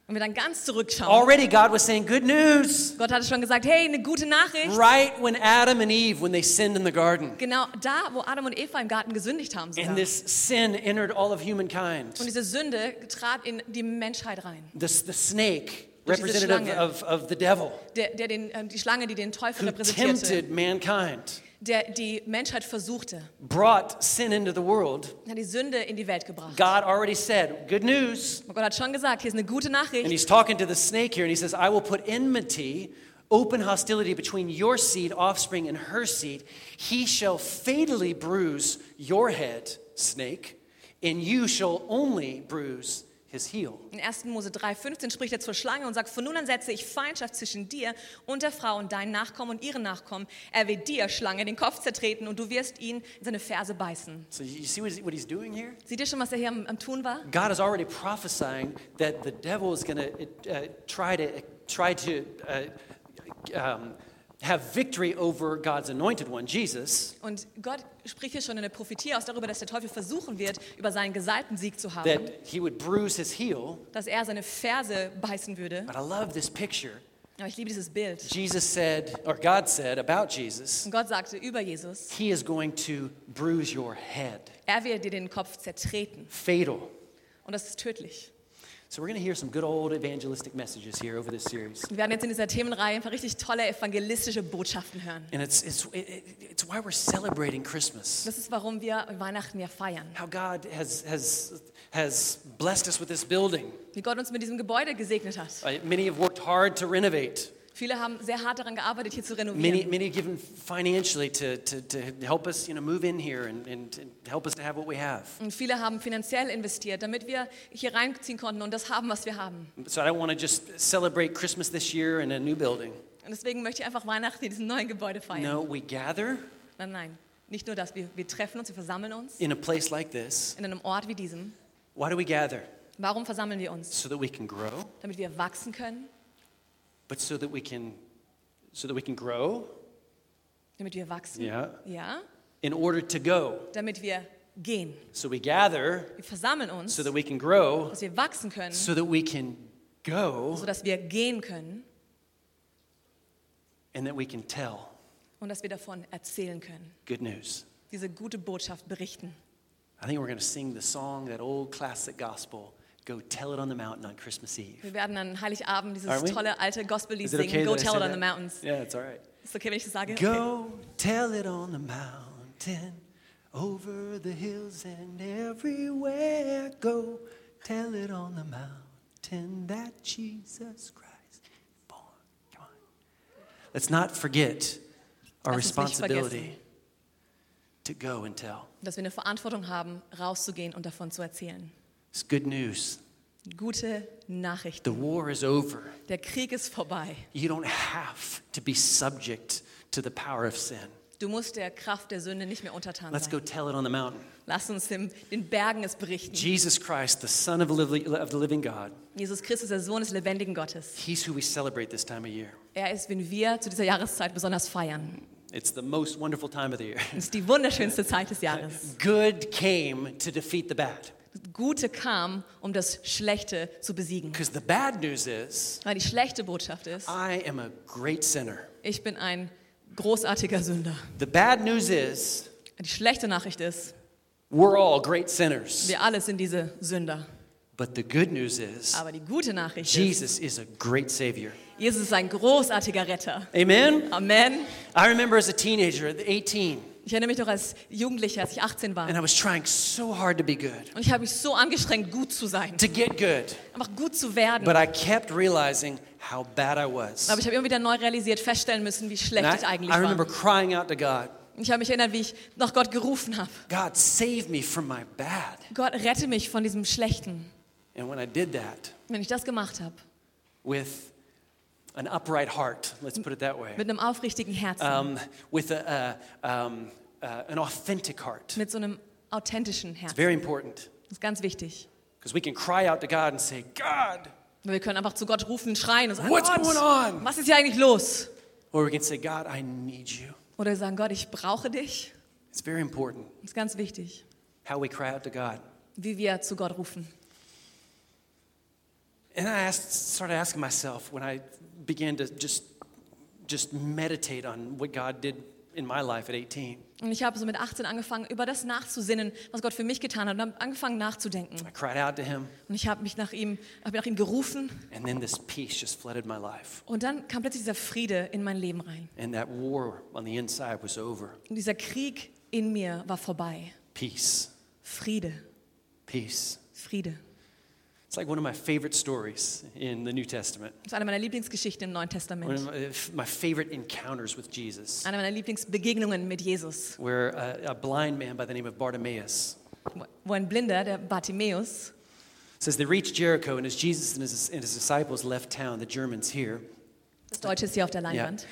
[SPEAKER 2] Und wir dann ganz zurückschauen,
[SPEAKER 1] already God was saying good news.
[SPEAKER 2] Gott hatte schon gesagt, hey, eine gute Nachricht.
[SPEAKER 1] Right when Adam and Eve, when they sinned in the garden,
[SPEAKER 2] Genau da, wo Adam und Eva im Garten gesündigt haben sogar.
[SPEAKER 1] and
[SPEAKER 2] Und
[SPEAKER 1] this sin entered all of humankind.
[SPEAKER 2] diese Sünde trat in die Menschheit rein.
[SPEAKER 1] This, the snake,
[SPEAKER 2] Durch diese
[SPEAKER 1] representative
[SPEAKER 2] Schlange.
[SPEAKER 1] of, of the devil,
[SPEAKER 2] Der, der den, ähm, die Schlange, die den Teufel
[SPEAKER 1] who
[SPEAKER 2] repräsentierte,
[SPEAKER 1] tempted mankind,
[SPEAKER 2] der die Menschheit versuchte,
[SPEAKER 1] brought sin into the world.
[SPEAKER 2] hat die Sünde in die Welt gebracht.
[SPEAKER 1] God already said, good news.
[SPEAKER 2] Und Gott hat schon gesagt, hier ist eine gute Nachricht.
[SPEAKER 1] And he's talking to the snake here, and he says, I will put enmity, open hostility between your seed, offspring, and her seed. He shall fatally bruise your head, snake, and you shall only bruise his heel.
[SPEAKER 2] In 1. Mose 3,15 spricht er zur Schlange und sagt: Von nun an setze ich Feindschaft zwischen dir und der Frau und deinen Nachkommen und ihren Nachkommen. Er wird dir, Schlange, den Kopf zertreten und du wirst ihn in seine Ferse beißen.
[SPEAKER 1] So you you see what he's- what he's doing here?
[SPEAKER 2] Seht ihr schon, was er hier am, am Tun war?
[SPEAKER 1] God is already prophesying that the devil is going to uh, try to try to uh, um, have victory over God's anointed one, Jesus.
[SPEAKER 2] Und Gott spricht hier schon in der Prophetie aus darüber, dass der Teufel versuchen wird, über seinen gesalbten Sieg zu haben,
[SPEAKER 1] That he would bruise his heel.
[SPEAKER 2] dass er seine Ferse beißen würde.
[SPEAKER 1] But I love this picture
[SPEAKER 2] Aber ich liebe dieses Bild.
[SPEAKER 1] Jesus said, or God said about Jesus,
[SPEAKER 2] Und Gott sagte über Jesus:
[SPEAKER 1] He is going to bruise your head.
[SPEAKER 2] Er wird dir den Kopf zertreten.
[SPEAKER 1] Fatal.
[SPEAKER 2] Und das ist tödlich.
[SPEAKER 1] So we're going to hear some good old evangelistic messages here over this series.
[SPEAKER 2] Wir werden jetzt in dieser Themenreihe ein paar richtig tolle evangelistische Botschaften hören.
[SPEAKER 1] And it's, it's, it- it, it's why we're celebrating Christmas.
[SPEAKER 2] Das ist, warum wir Weihnachten ja feiern.
[SPEAKER 1] How God has, has, has blessed us with this building.
[SPEAKER 2] Wie Gott uns mit diesem Gebäude gesegnet hat.
[SPEAKER 1] Uh, Many have worked hard to renovate.
[SPEAKER 2] Viele haben sehr hart daran gearbeitet, hier zu
[SPEAKER 1] Many,
[SPEAKER 2] renovieren.
[SPEAKER 1] many have given financially to, to, to help us you know, move in here and, and, and help us to have what we have.
[SPEAKER 2] Und viele haben finanziell investiert, damit wir hier reinziehen konnten und das haben, was wir haben.
[SPEAKER 1] So I don't want to just celebrate Christmas this year in a new building.
[SPEAKER 2] Und deswegen möchte ich einfach Weihnachten in diesem neuen Gebäude feiern.
[SPEAKER 1] No, we gather
[SPEAKER 2] Nein, nein. Nicht nur das. Wir, wir treffen uns, wir versammeln uns
[SPEAKER 1] in a place like this.
[SPEAKER 2] in einem Ort wie diesem.
[SPEAKER 1] Why do we gather?
[SPEAKER 2] Warum versammeln wir uns?
[SPEAKER 1] So that we can grow,
[SPEAKER 2] Damit wir wachsen können,
[SPEAKER 1] but so that we can so that we can grow,
[SPEAKER 2] damit wir wachsen.
[SPEAKER 1] yeah,
[SPEAKER 2] Ja?
[SPEAKER 1] in order to go.
[SPEAKER 2] Damit wir gehen.
[SPEAKER 1] So we gather
[SPEAKER 2] Wir versammeln uns,
[SPEAKER 1] so that we can grow,
[SPEAKER 2] dass wir wachsen können,
[SPEAKER 1] so that we can go
[SPEAKER 2] sodass wir gehen können
[SPEAKER 1] and that we can tell
[SPEAKER 2] und dass wir davon erzählen können.
[SPEAKER 1] good news.
[SPEAKER 2] diese gute Botschaft berichten.
[SPEAKER 1] I think we're going to sing the song that old classic gospel, go tell it on the mountain on Christmas Eve.
[SPEAKER 2] Wir werden an Heiligabend dieses
[SPEAKER 1] Aren't we?
[SPEAKER 2] tolle alte Gospellied
[SPEAKER 1] Is it
[SPEAKER 2] singen,
[SPEAKER 1] okay
[SPEAKER 2] Go
[SPEAKER 1] that I say
[SPEAKER 2] Tell It on the
[SPEAKER 1] that?
[SPEAKER 2] Mountains.
[SPEAKER 1] Yeah, it's all right.
[SPEAKER 2] Ist okay, wenn ich das sage?
[SPEAKER 1] Go tell it on the mountain, over the hills and everywhere. Go tell it on the mountain that Jesus Christ is born. Come on. Let's not forget our
[SPEAKER 2] Lass uns nicht
[SPEAKER 1] responsibility
[SPEAKER 2] vergessen.
[SPEAKER 1] to go and tell.
[SPEAKER 2] Dass wir eine Verantwortung haben, rauszugehen und davon zu erzählen.
[SPEAKER 1] It's good news.
[SPEAKER 2] Gute Nachricht.
[SPEAKER 1] The war is over.
[SPEAKER 2] Der Krieg ist vorbei.
[SPEAKER 1] You don't have to be subject to the power of sin.
[SPEAKER 2] Du musst der Kraft der Sünde nicht mehr untertan
[SPEAKER 1] Let's go
[SPEAKER 2] sein.
[SPEAKER 1] tell it on the mountain.
[SPEAKER 2] Lass uns dem, den Bergen es berichten.
[SPEAKER 1] Jesus Christ, the Son of, the li- of the living God,
[SPEAKER 2] Jesus Christus, der Sohn des lebendigen Gottes.
[SPEAKER 1] he's who we celebrate this time of year.
[SPEAKER 2] Er ist, wenn wir zu dieser Jahreszeit besonders feiern.
[SPEAKER 1] It's the most wonderful time of the year.
[SPEAKER 2] Es ist die wunderschönste Zeit des Jahres.
[SPEAKER 1] Good came to defeat the bad.
[SPEAKER 2] Das Gute kam, um das Schlechte zu besiegen.
[SPEAKER 1] Because the bad news is,
[SPEAKER 2] Weil die schlechte Botschaft ist,
[SPEAKER 1] I am a great sinner.
[SPEAKER 2] ich bin ein großartiger Sünder.
[SPEAKER 1] The bad news is,
[SPEAKER 2] Die schlechte Nachricht ist,
[SPEAKER 1] we're all great sinners.
[SPEAKER 2] wir alle sind diese Sünder.
[SPEAKER 1] But the good news is,
[SPEAKER 2] Aber die gute Nachricht ist,
[SPEAKER 1] Jesus is a great Savior.
[SPEAKER 2] Jesus ist ein großartiger Retter.
[SPEAKER 1] Amen?
[SPEAKER 2] Amen.
[SPEAKER 1] I remember as a teenager, at 18,
[SPEAKER 2] Ich erinnere mich noch als Jugendlicher, als ich 18 war.
[SPEAKER 1] and I was trying so hard to be good,
[SPEAKER 2] Und ich habe mich so angestrengt, gut zu sein,
[SPEAKER 1] to get good.
[SPEAKER 2] einfach gut zu werden.
[SPEAKER 1] But I kept realizing how bad I was.
[SPEAKER 2] Aber ich habe immer wieder neu realisiert, feststellen müssen, wie schlecht
[SPEAKER 1] And
[SPEAKER 2] ich eigentlich
[SPEAKER 1] I, I remember
[SPEAKER 2] war.
[SPEAKER 1] crying out to God,
[SPEAKER 2] Und ich habe mich erinnert, wie ich nach Gott gerufen habe.
[SPEAKER 1] God, save me from my bad.
[SPEAKER 2] Gott, rette mich von diesem Schlechten.
[SPEAKER 1] And when I did that
[SPEAKER 2] Wenn ich das gemacht habe,
[SPEAKER 1] with an upright heart, let's put it that way,
[SPEAKER 2] mit einem aufrichtigen Herzen,
[SPEAKER 1] um, with a, uh, um, uh, an authentic heart,
[SPEAKER 2] mit so einem authentischen Herzen,
[SPEAKER 1] very important
[SPEAKER 2] das ist ganz wichtig.
[SPEAKER 1] because we can cry out to God and say, God,
[SPEAKER 2] Weil Wir können einfach zu Gott rufen, schreien und sagen,
[SPEAKER 1] What's
[SPEAKER 2] Gott,
[SPEAKER 1] going on?
[SPEAKER 2] was ist hier eigentlich los?
[SPEAKER 1] or we can say, God, I need you.
[SPEAKER 2] Oder wir sagen, Gott, ich brauche dich.
[SPEAKER 1] It's very important
[SPEAKER 2] Das ist ganz wichtig,
[SPEAKER 1] how we cry out to God.
[SPEAKER 2] wie wir zu Gott rufen.
[SPEAKER 1] And I asked, started asking myself when I began to just, just meditate on what God did in my life at 18.
[SPEAKER 2] Und ich habe so mit 18 angefangen, über das nachzusinnen, was Gott für mich getan hat, und habe angefangen nachzudenken.
[SPEAKER 1] I cried out to Him,
[SPEAKER 2] Und ich habe mich nach ihm, habe nach ihm gerufen.
[SPEAKER 1] and then this peace just flooded my life.
[SPEAKER 2] Und dann kam plötzlich dieser Friede in mein Leben rein.
[SPEAKER 1] And that war on the inside was over.
[SPEAKER 2] Und dieser Krieg in mir war vorbei.
[SPEAKER 1] Peace,
[SPEAKER 2] Friede,
[SPEAKER 1] peace.
[SPEAKER 2] Friede.
[SPEAKER 1] It's like one of my favorite stories in the New Testament,
[SPEAKER 2] Das ist eine meiner Lieblingsgeschichten im Neuen
[SPEAKER 1] one of
[SPEAKER 2] Testament.
[SPEAKER 1] my, if- my favorite encounters with Jesus,
[SPEAKER 2] Eine meiner Lieblingsbegegnungen mit Jesus.
[SPEAKER 1] where a, a blind man by the name of Bartimaeus
[SPEAKER 2] Wo ein Blinder, der Bartimäus,
[SPEAKER 1] says, They reached Jericho, and as Jesus and his, and his disciples left town, the Germans here,
[SPEAKER 2] das Deutsche ist hier auf der Leinwand.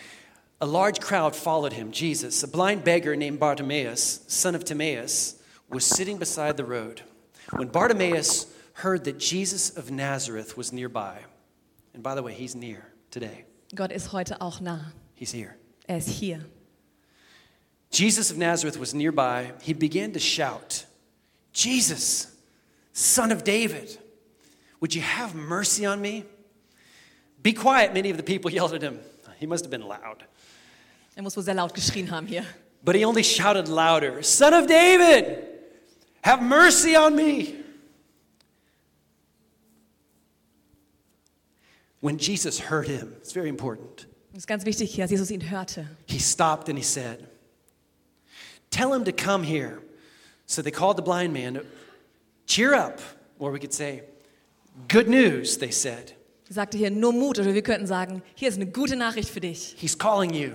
[SPEAKER 1] A large crowd followed him, Jesus. A blind beggar named Bartimaeus, son of Timaeus, was sitting beside the road. When Bartimaeus heard that Jesus of Nazareth was nearby, and by the way, he's near today,
[SPEAKER 2] Gott ist heute auch nah.
[SPEAKER 1] he's here.
[SPEAKER 2] Er ist hier.
[SPEAKER 1] Jesus of Nazareth was nearby, he began to shout, Jesus, son of David, would you have mercy on me? Be quiet, many of the people yelled at him. He must have been loud.
[SPEAKER 2] Er muss wohl sehr laut geschrien haben hier.
[SPEAKER 1] But he only shouted louder, Son of David, have mercy on me. When Jesus heard him, it's very important,
[SPEAKER 2] Das ist ganz wichtig hier, als Jesus ihn hörte.
[SPEAKER 1] he stopped and he said, Tell him to come here. So they called the blind man, Cheer up. Or we could say, Good news, they said.
[SPEAKER 2] Er sagte hier nur Mut oder wir könnten sagen, hier ist eine gute Nachricht für dich.
[SPEAKER 1] He's calling you.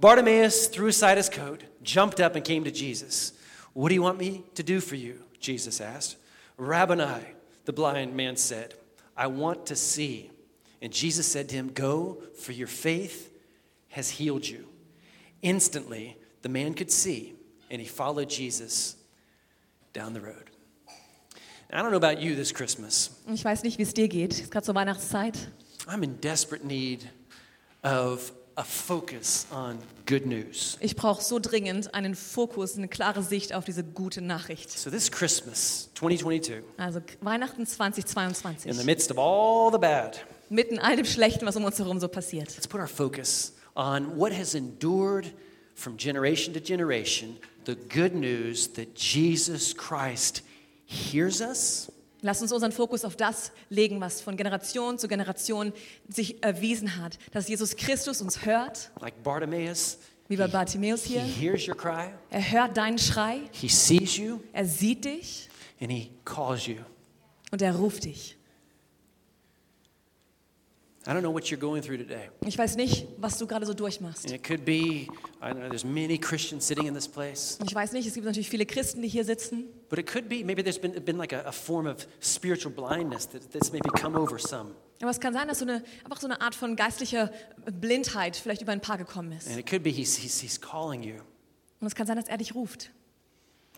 [SPEAKER 1] Bartimaeus threw aside his coat, jumped up, and came to Jesus. What do you want me to do for you? Jesus asked. Rabboni, the blind man said, I want to see. And Jesus said to him, Go, for your faith has healed you. Instantly, the man could see, and he followed Jesus down the road. Now, I don't know about you this Christmas.
[SPEAKER 2] Und Ich weiß nicht, wie es dir geht. Es ist gerade zur Weihnachtszeit.
[SPEAKER 1] I'm in desperate need of a focus on good news.
[SPEAKER 2] Ich brauche so dringend einen Fokus, eine klare Sicht auf diese gute Nachricht.
[SPEAKER 1] So, this Christmas 2022,
[SPEAKER 2] Also Weihnachten
[SPEAKER 1] in the
[SPEAKER 2] 2022.
[SPEAKER 1] midst of all the bad,
[SPEAKER 2] Mitten all dem Schlechten, was um uns herum so passiert.
[SPEAKER 1] let's put our focus on what has endured from generation to generation the good news that Jesus Christ hears us,
[SPEAKER 2] Lass uns unseren Fokus auf das legen, was von Generation zu Generation sich erwiesen hat. Dass Jesus Christus uns hört,
[SPEAKER 1] like Bartimaeus.
[SPEAKER 2] wie bei Bartimäus
[SPEAKER 1] He
[SPEAKER 2] hier.
[SPEAKER 1] hears your cry,
[SPEAKER 2] Er hört deinen Schrei,
[SPEAKER 1] he sees you,
[SPEAKER 2] er sieht dich
[SPEAKER 1] and he calls you.
[SPEAKER 2] und er ruft dich.
[SPEAKER 1] I don't know what you're going through today.
[SPEAKER 2] Ich weiß nicht, was du gerade so durchmachst.
[SPEAKER 1] And it could be, I don't know, there's many Christians sitting in this place,
[SPEAKER 2] Ich weiß nicht, es gibt natürlich viele Christen, die hier sitzen.
[SPEAKER 1] but it could be maybe there's been, been like a, a form of spiritual blindness that, that's maybe come over some.
[SPEAKER 2] Aber es kann sein, dass so eine, einfach so eine Art von geistlicher Blindheit vielleicht über ein Paar gekommen ist.
[SPEAKER 1] And it could be he's, he's, he's calling you.
[SPEAKER 2] Und es kann sein, dass er dich ruft.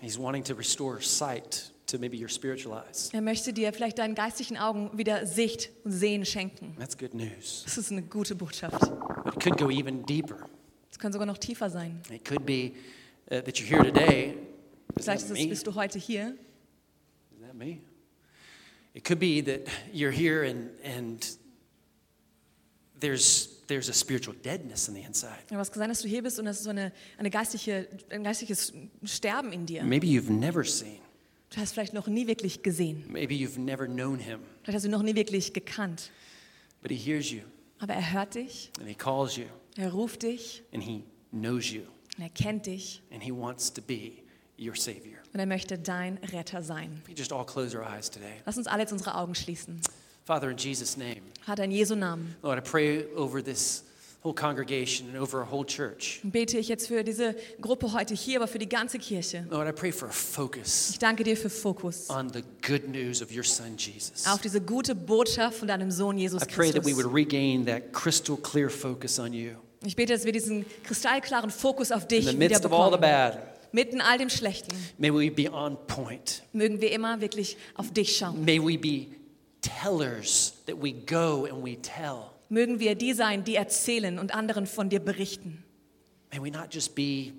[SPEAKER 1] He's wanting to restore sight to maybe your spiritual eyes.
[SPEAKER 2] Er möchte dir vielleicht deinen geistlichen Augen wieder Sicht und Sehen schenken.
[SPEAKER 1] That's good news.
[SPEAKER 2] Das ist eine gute Botschaft.
[SPEAKER 1] But it could go even deeper.
[SPEAKER 2] Es kann sogar noch tiefer sein.
[SPEAKER 1] It could be uh, that you're here today. Is that
[SPEAKER 2] Vielleicht ist es,
[SPEAKER 1] me?
[SPEAKER 2] bist du heute hier.
[SPEAKER 1] Is that me? It could be that you're here and, and there's, there's a spiritual deadness on the inside.
[SPEAKER 2] Aber es kann sein, dass du hier bist und das ist so eine, eine geistliche, ein geistliches Sterben in dir.
[SPEAKER 1] Maybe you've never seen.
[SPEAKER 2] Du hast vielleicht noch nie wirklich gesehen.
[SPEAKER 1] Maybe you've never known him.
[SPEAKER 2] Vielleicht hast du ihn noch nie wirklich gekannt.
[SPEAKER 1] But he hears you
[SPEAKER 2] Aber er hört dich,
[SPEAKER 1] and he calls you
[SPEAKER 2] er ruft dich
[SPEAKER 1] and he knows you
[SPEAKER 2] und er kennt dich
[SPEAKER 1] and he wants to be your savior.
[SPEAKER 2] und er möchte dein Retter sein.
[SPEAKER 1] We just all close our eyes today.
[SPEAKER 2] Lass uns alle jetzt unsere Augen schließen.
[SPEAKER 1] Father, in Jesus' name,
[SPEAKER 2] Vater, in Jesu Namen
[SPEAKER 1] Lord, I pray over this whole congregation and over our whole church.
[SPEAKER 2] bete ich jetzt für diese Gruppe heute hier, aber für die ganze Kirche.
[SPEAKER 1] Lord, I pray for a focus
[SPEAKER 2] Ich danke dir für Fokus
[SPEAKER 1] on the good news of your son Jesus.
[SPEAKER 2] auf diese gute Botschaft von deinem Sohn Jesus
[SPEAKER 1] I pray that we would
[SPEAKER 2] Christus.
[SPEAKER 1] regain that crystal clear focus on you
[SPEAKER 2] Ich bete, dass wir diesen kristallklaren Fokus auf
[SPEAKER 1] in
[SPEAKER 2] dich
[SPEAKER 1] the
[SPEAKER 2] wieder
[SPEAKER 1] midst of all the
[SPEAKER 2] bekommen.
[SPEAKER 1] bad.
[SPEAKER 2] Mitten all dem Schlechten
[SPEAKER 1] May we be on point.
[SPEAKER 2] mögen wir immer wirklich auf dich schauen.
[SPEAKER 1] May we be tellers that we go and we tell.
[SPEAKER 2] Mögen wir die sein, die erzählen und anderen von dir berichten.
[SPEAKER 1] May we not just be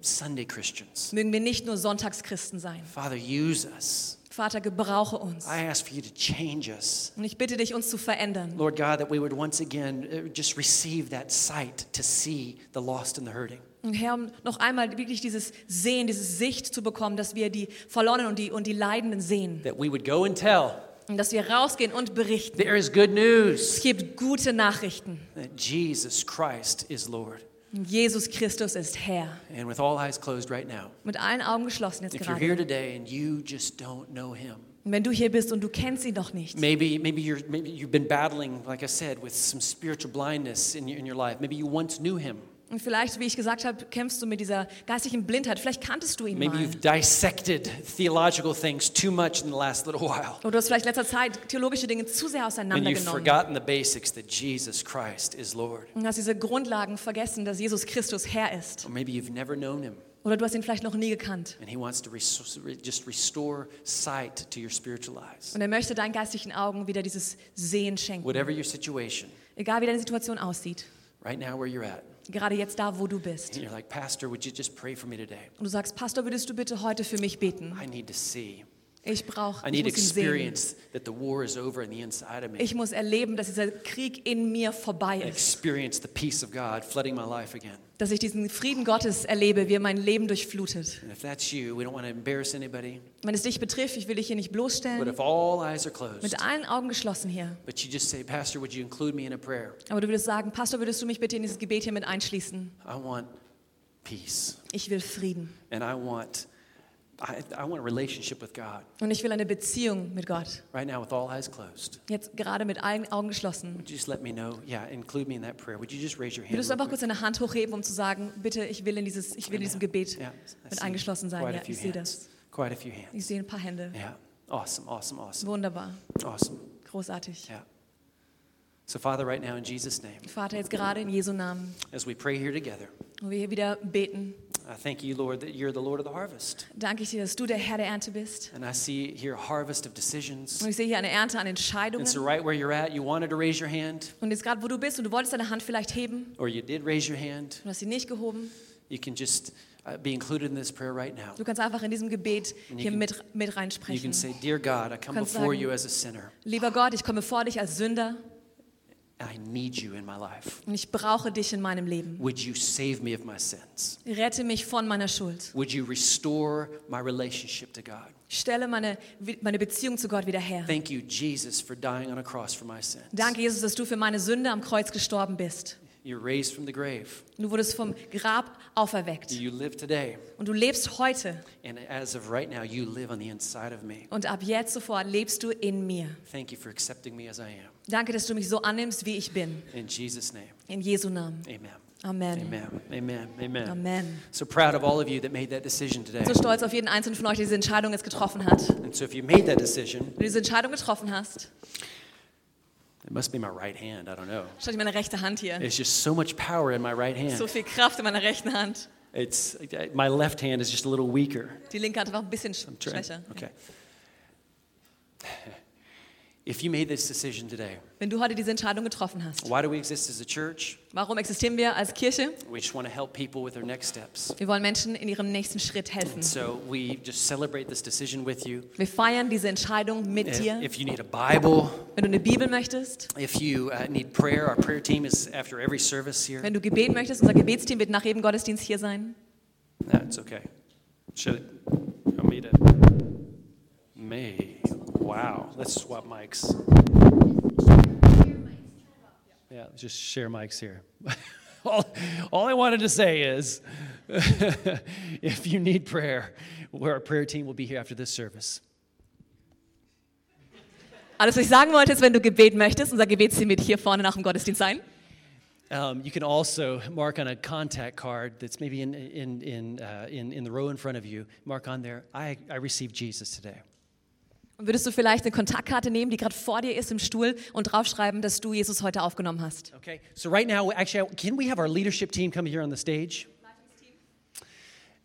[SPEAKER 1] Sunday Christians.
[SPEAKER 2] Mögen wir nicht nur Sonntagschristen sein.
[SPEAKER 1] Father, use us.
[SPEAKER 2] Vater, gebrauche uns.
[SPEAKER 1] I ask for you to change us.
[SPEAKER 2] Und ich bitte dich, uns zu verändern.
[SPEAKER 1] Lord God, that we would once again uh, just receive that sight to see the lost and the hurting.
[SPEAKER 2] Und Herr, um noch einmal wirklich dieses Sehen, dieses Sicht zu bekommen, dass wir die Verlorenen und die, und die Leidenden sehen.
[SPEAKER 1] That we would go and tell.
[SPEAKER 2] Und dass wir rausgehen und berichten.
[SPEAKER 1] There is good news
[SPEAKER 2] Es gibt gute Nachrichten.
[SPEAKER 1] that Jesus Christ is Lord.
[SPEAKER 2] Jesus Christus ist Herr.
[SPEAKER 1] And with all eyes closed right now,
[SPEAKER 2] Mit allen Augen geschlossen jetzt
[SPEAKER 1] if you're here
[SPEAKER 2] gerade.
[SPEAKER 1] today and you just don't know him,
[SPEAKER 2] Und wenn du hier bist und du kennst ihn noch nicht,
[SPEAKER 1] maybe, maybe, you're, maybe you've been battling, like I said, with some spiritual blindness in your, in your life. Maybe you once knew him.
[SPEAKER 2] Und vielleicht, wie ich gesagt habe, kämpfst du mit dieser geistlichen Blindheit. Vielleicht kanntest du ihn
[SPEAKER 1] Maybe
[SPEAKER 2] mal.
[SPEAKER 1] you've dissected theological things too much in the last little while.
[SPEAKER 2] Oder du hast vielleicht in letzter Zeit theologische Dinge zu sehr
[SPEAKER 1] And you've
[SPEAKER 2] auseinandergenommen.
[SPEAKER 1] forgotten the basics that Jesus Christ is Lord.
[SPEAKER 2] Und hast diese Grundlagen vergessen, dass Jesus Christus Herr ist.
[SPEAKER 1] Or maybe you've never known him
[SPEAKER 2] Oder du hast ihn vielleicht noch nie gekannt.
[SPEAKER 1] and he wants to res- re- just restore sight to your spiritual eyes.
[SPEAKER 2] Und er möchte deinen geistlichen Augen wieder dieses Sehen schenken.
[SPEAKER 1] Whatever your situation,
[SPEAKER 2] Egal wie deine Situation aussieht.
[SPEAKER 1] right now where you're at,
[SPEAKER 2] Gerade jetzt da, wo du
[SPEAKER 1] and
[SPEAKER 2] bist.
[SPEAKER 1] you're like, Pastor, would you just pray for me today?
[SPEAKER 2] Und du sagst, Pastor, würdest du bitte heute für mich beten?
[SPEAKER 1] I need to see.
[SPEAKER 2] Ich brauche,
[SPEAKER 1] I
[SPEAKER 2] ich
[SPEAKER 1] need
[SPEAKER 2] muss ihn sehen.
[SPEAKER 1] experience that the war is over in the inside of me.
[SPEAKER 2] Ich muss erleben, dass dieser Krieg in mir vorbei ist.
[SPEAKER 1] Experience the peace of God flooding my life again.
[SPEAKER 2] Dass ich diesen Frieden Gottes erlebe, wie er mein Leben durchflutet.
[SPEAKER 1] And if that's you, we don't want to embarrass anybody.
[SPEAKER 2] Wenn es dich betrifft, ich will dich hier nicht
[SPEAKER 1] But
[SPEAKER 2] bloßstellen,
[SPEAKER 1] if all eyes are closed,
[SPEAKER 2] mit allen Augen geschlossen hier.
[SPEAKER 1] but you just say, Pastor, would you include me in a prayer?
[SPEAKER 2] Aber du würdest sagen, Pastor, würdest du mich bitte in dieses Gebet hier mit einschließen?
[SPEAKER 1] I want peace.
[SPEAKER 2] Ich will Frieden
[SPEAKER 1] And I want, I, I want a relationship with God.
[SPEAKER 2] und ich will eine Beziehung mit Gott.
[SPEAKER 1] Right now, with all eyes closed,
[SPEAKER 2] Jetzt gerade mit allen Augen geschlossen.
[SPEAKER 1] would you just let me know? Yeah, include me in that prayer. Would you just raise your hand?
[SPEAKER 2] Würdest du
[SPEAKER 1] real
[SPEAKER 2] einfach
[SPEAKER 1] quick?
[SPEAKER 2] kurz deine Hand hochheben, um zu sagen, bitte, ich will in, dieses, ich will in diesem Gebet
[SPEAKER 1] Yeah, I
[SPEAKER 2] mit
[SPEAKER 1] see
[SPEAKER 2] eingeschlossen sein?
[SPEAKER 1] quite a
[SPEAKER 2] Ja,
[SPEAKER 1] few
[SPEAKER 2] ich sehe
[SPEAKER 1] hands.
[SPEAKER 2] das.
[SPEAKER 1] Quite a few hands.
[SPEAKER 2] Ich sehe ein paar Hände.
[SPEAKER 1] Yeah. Awesome, awesome, awesome,
[SPEAKER 2] Wunderbar,
[SPEAKER 1] awesome.
[SPEAKER 2] großartig.
[SPEAKER 1] Yeah. So, Father, right now in Jesus' name,
[SPEAKER 2] Vater, jetzt gerade in Jesu Namen,
[SPEAKER 1] as we pray here together,
[SPEAKER 2] wo wir hier wieder beten,
[SPEAKER 1] I thank you, Lord, that you're the Lord of the harvest.
[SPEAKER 2] danke ich dir, dass du der Herr der Ernte bist.
[SPEAKER 1] And I see here a harvest of decisions.
[SPEAKER 2] Und ich sehe hier eine Ernte an
[SPEAKER 1] And
[SPEAKER 2] Entscheidungen.
[SPEAKER 1] so, right where you're at, you wanted to raise your hand,
[SPEAKER 2] Und jetzt gerade, wo du bist und du wolltest deine Hand vielleicht heben
[SPEAKER 1] or you did raise your hand.
[SPEAKER 2] und hast sie nicht gehoben,
[SPEAKER 1] You can just uh, be included in this prayer right now.
[SPEAKER 2] du kannst einfach in diesem Gebet
[SPEAKER 1] And you
[SPEAKER 2] hier
[SPEAKER 1] can-
[SPEAKER 2] mit, mit
[SPEAKER 1] You can
[SPEAKER 2] reinsprechen.
[SPEAKER 1] say, Dear God, I come
[SPEAKER 2] Kannst
[SPEAKER 1] before
[SPEAKER 2] sagen,
[SPEAKER 1] you as a sinner.
[SPEAKER 2] Lieber Gott, ich komme vor dich als Sünder
[SPEAKER 1] I need you in my life.
[SPEAKER 2] und ich brauche dich in meinem Leben.
[SPEAKER 1] Would you save me of my sins?
[SPEAKER 2] Rette mich von meiner Schuld.
[SPEAKER 1] Would you restore my relationship to God?
[SPEAKER 2] Stelle meine, meine Beziehung zu Gott wieder her.
[SPEAKER 1] Thank you, Jesus, for dying on a cross for my sins.
[SPEAKER 2] Danke, Jesus, dass du für meine Sünde am Kreuz gestorben bist.
[SPEAKER 1] You're raised from the grave.
[SPEAKER 2] Du wurdest vom Grab auferweckt
[SPEAKER 1] You live today.
[SPEAKER 2] und du lebst heute.
[SPEAKER 1] And as of right now, you live on the inside of me.
[SPEAKER 2] Und ab jetzt sofort lebst du in mir.
[SPEAKER 1] Thank you for accepting me as I am.
[SPEAKER 2] Danke, dass du mich so annimmst, wie ich bin.
[SPEAKER 1] In Jesus' name,
[SPEAKER 2] In Jesu Namen.
[SPEAKER 1] amen.
[SPEAKER 2] Amen.
[SPEAKER 1] Amen. Amen. Amen.
[SPEAKER 2] Amen.
[SPEAKER 1] So proud of all of you that made that decision today.
[SPEAKER 2] So stolz auf jeden einzelnen von euch, der diese Entscheidung jetzt getroffen hat. Wenn
[SPEAKER 1] And so if you made that decision,
[SPEAKER 2] du diese Entscheidung getroffen hast,
[SPEAKER 1] it must be my right hand. I don't know.
[SPEAKER 2] schaut ich meine rechte Hand hier.
[SPEAKER 1] It's just so much power in my right
[SPEAKER 2] So
[SPEAKER 1] hand.
[SPEAKER 2] viel Kraft in meiner rechten Hand.
[SPEAKER 1] It's my left hand is just a little weaker.
[SPEAKER 2] Die linke Hand war ein bisschen sch-
[SPEAKER 1] Try-
[SPEAKER 2] schwächer.
[SPEAKER 1] Okay. If you made this decision today,
[SPEAKER 2] Wenn du heute diese Entscheidung getroffen hast,
[SPEAKER 1] why do we exist as a church?
[SPEAKER 2] warum existieren wir als Kirche?
[SPEAKER 1] We just want to help people with their next steps.
[SPEAKER 2] Wir wollen Menschen in ihrem nächsten Schritt helfen.
[SPEAKER 1] So we just celebrate this decision with you.
[SPEAKER 2] Wir feiern diese Entscheidung mit
[SPEAKER 1] Äh, If,
[SPEAKER 2] dir.
[SPEAKER 1] if you need a Bible,
[SPEAKER 2] Wenn du eine Bibel möchtest,
[SPEAKER 1] if you uh, need prayer, our prayer team is after every service here.
[SPEAKER 2] wenn du Gebet möchtest, unser Gebetsteam wird nach jedem Gottesdienst hier sein.
[SPEAKER 1] That's okay. Should I meet it? May. Wow. Let's swap mics. Yeah, just share mics here. all, all I wanted to say is if you need prayer, where our prayer team will be here after this service.
[SPEAKER 2] Alles, was ich sagen wollte, ist, wenn du Gebet möchtest, unser Gebetsteam wird hier vorne nach dem Gottesdienst sein.
[SPEAKER 1] Um, you can also mark on a contact card that's maybe in, in, in, uh, in, in the row in front of you, mark on there, I, I received Jesus today.
[SPEAKER 2] Und würdest du vielleicht eine Kontaktkarte nehmen, die gerade vor dir ist im Stuhl und draufschreiben, dass du Jesus heute aufgenommen hast?
[SPEAKER 1] Okay, so right now, actually, can we have our leadership team come here on the stage?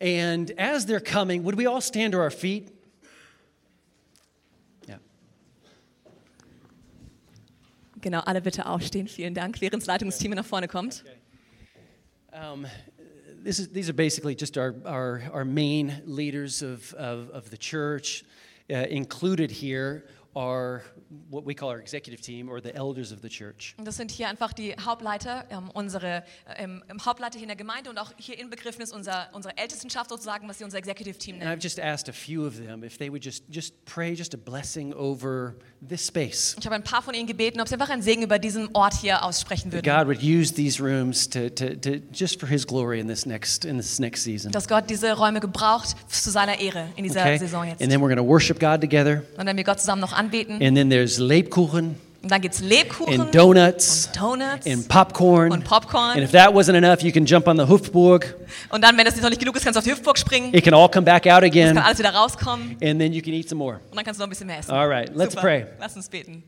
[SPEAKER 1] And as they're coming, would we all stand to our feet? Yeah.
[SPEAKER 2] Genau, alle bitte aufstehen. Vielen Dank, während das Leitungsteam hier nach vorne kommt.
[SPEAKER 1] Um, this is, these are basically just our, our, our main leaders of, of, of the church. Uh, included here are what we call our executive team or the elders of the church.
[SPEAKER 2] Und Das sind hier einfach die Hauptleiter, ähm, unsere ähm, Hauptleiter hier in der Gemeinde und auch hier inbegriffen ist unser, unsere Ältestenschaft sozusagen, was wir unser Executive Team
[SPEAKER 1] And
[SPEAKER 2] nennen.
[SPEAKER 1] I've just asked a few of them if they would just, just pray just a blessing over this space.
[SPEAKER 2] Ich habe ein paar von ihnen gebeten, ob sie einfach einen Segen über diesen Ort hier aussprechen
[SPEAKER 1] That
[SPEAKER 2] würden.
[SPEAKER 1] God would use these rooms to, to, to just for His glory in this next in this next season.
[SPEAKER 2] Dass Gott diese Räume gebraucht zu seiner Ehre in dieser
[SPEAKER 1] Okay?
[SPEAKER 2] Saison jetzt.
[SPEAKER 1] And then we're going to worship God together.
[SPEAKER 2] Und dann wir Gott zusammen noch anbeten.
[SPEAKER 1] And then there's Lebkuchen
[SPEAKER 2] Und dann gibt es Lebkuchen
[SPEAKER 1] and donuts
[SPEAKER 2] und Donuts.
[SPEAKER 1] and popcorn.
[SPEAKER 2] Und Popcorn.
[SPEAKER 1] And if that wasn't enough, you can jump on the Hofburg.
[SPEAKER 2] Und dann, wenn das jetzt noch nicht genug ist, kannst du auf die Hüftburg springen.
[SPEAKER 1] It can all come back out
[SPEAKER 2] Es
[SPEAKER 1] again.
[SPEAKER 2] kann alles wieder rauskommen.
[SPEAKER 1] And then you can eat some more.
[SPEAKER 2] Und dann kannst du noch ein bisschen mehr essen.
[SPEAKER 1] All right, let's
[SPEAKER 2] Super.
[SPEAKER 1] pray.
[SPEAKER 2] Lass uns beten.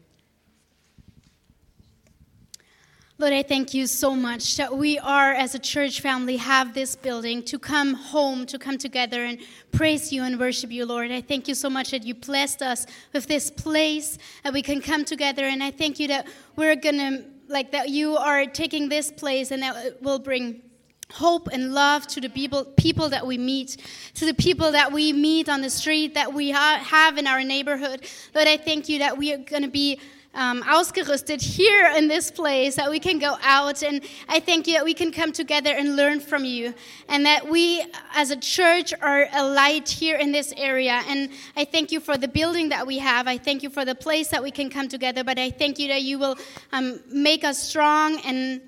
[SPEAKER 3] Lord, I thank you so much that we are, as a church family, have this building to come home, to come together and praise you and worship you, Lord. I thank you so much that you blessed us with this place that we can come together. And I thank you that we're going to, like, that you are taking this place and that it will bring hope and love to the people, people that we meet, to the people that we meet on the street, that we ha have in our neighborhood. Lord, I thank you that we are going to be um, ausgerüstet here in this place, that we can go out. And I thank you that we can come together and learn from you, and that we as a church are a light here in this area. And I thank you for the building that we have. I thank you for the place that we can come together. But I thank you that you will um, make us strong and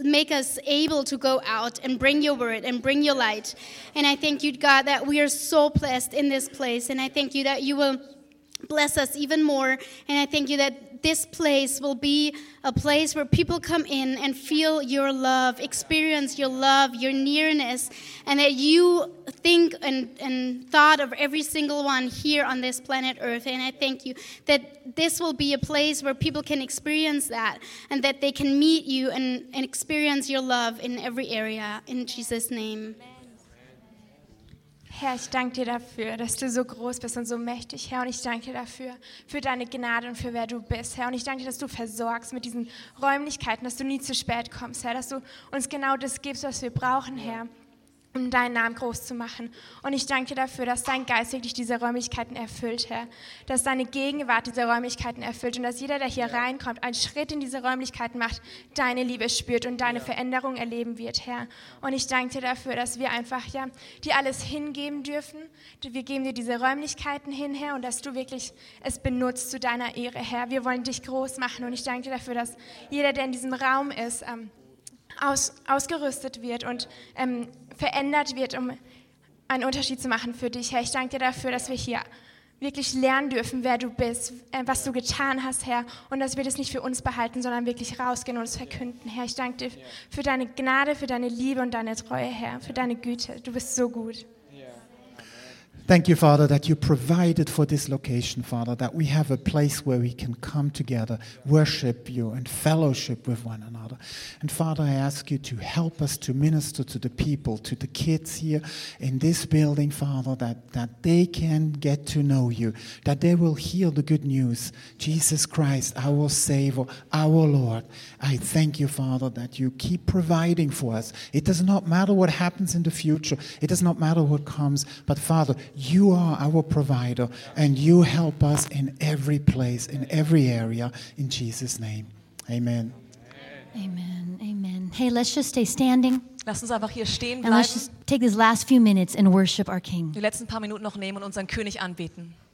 [SPEAKER 3] make us able to go out and bring your word and bring your light. And I thank you, God, that we are so blessed in this place. And I thank you that you will bless us even more. And I thank you that this place will be a place where people come in and feel your love, experience your love, your nearness, and that you think and, and thought of every single one here on this planet Earth. And I thank you that this will be a place where people can experience that and that they can meet you and, and experience your love in every area. In Jesus' name.
[SPEAKER 4] Herr, ich danke dir dafür, dass du so groß bist und so mächtig, Herr. Und ich danke dir dafür, für deine Gnade und für wer du bist, Herr. Und ich danke dir, dass du versorgst mit diesen Räumlichkeiten, dass du nie zu spät kommst, Herr. Dass du uns genau das gibst, was wir brauchen, Herr, um deinen Namen groß zu machen. Und ich danke dir dafür, dass dein Geist wirklich diese Räumlichkeiten erfüllt, Herr. Dass deine Gegenwart diese Räumlichkeiten erfüllt und dass jeder, der hier reinkommt, einen Schritt in diese Räumlichkeiten macht, deine Liebe spürt und deine Veränderung erleben wird, Herr. Und ich danke dir dafür, dass wir einfach, ja, dir alles hingeben dürfen. Wir geben dir diese Räumlichkeiten hin, Herr, und dass du wirklich es benutzt zu deiner Ehre, Herr. Wir wollen dich groß machen und ich danke dir dafür, dass jeder, der in diesem Raum ist, ähm, aus, ausgerüstet wird und ähm, verändert wird, um einen Unterschied zu machen für dich. Herr, ich danke dir dafür, dass wir hier wirklich lernen dürfen, wer du bist, äh, was du getan hast, Herr, und dass wir das nicht für uns behalten, sondern wirklich rausgehen und es verkünden. Herr, ich danke dir für deine Gnade, für deine Liebe und deine Treue, Herr, für deine Güte. Du bist so gut.
[SPEAKER 5] Thank you, Father, that you provided for this location, Father, that we have a place where we can come together, worship you, and fellowship with one another. And Father, I ask you to help us to minister to the people, to the kids here in this building, Father, that, that they can get to know you, that they will hear the good news Jesus Christ, our Savior, our Lord. I thank you, Father, that you keep providing for us. It does not matter what happens in the future, it does not matter what comes, but Father, you are our provider and you help us in every place, in every area, in Jesus' name. Amen.
[SPEAKER 6] Amen. Amen. Hey, let's just stay standing
[SPEAKER 2] Lasst uns einfach hier stehen
[SPEAKER 6] and
[SPEAKER 2] bleiben,
[SPEAKER 6] let's just take these last few minutes and worship our King.
[SPEAKER 2] die letzten paar Minuten noch nehmen und unseren König anbeten.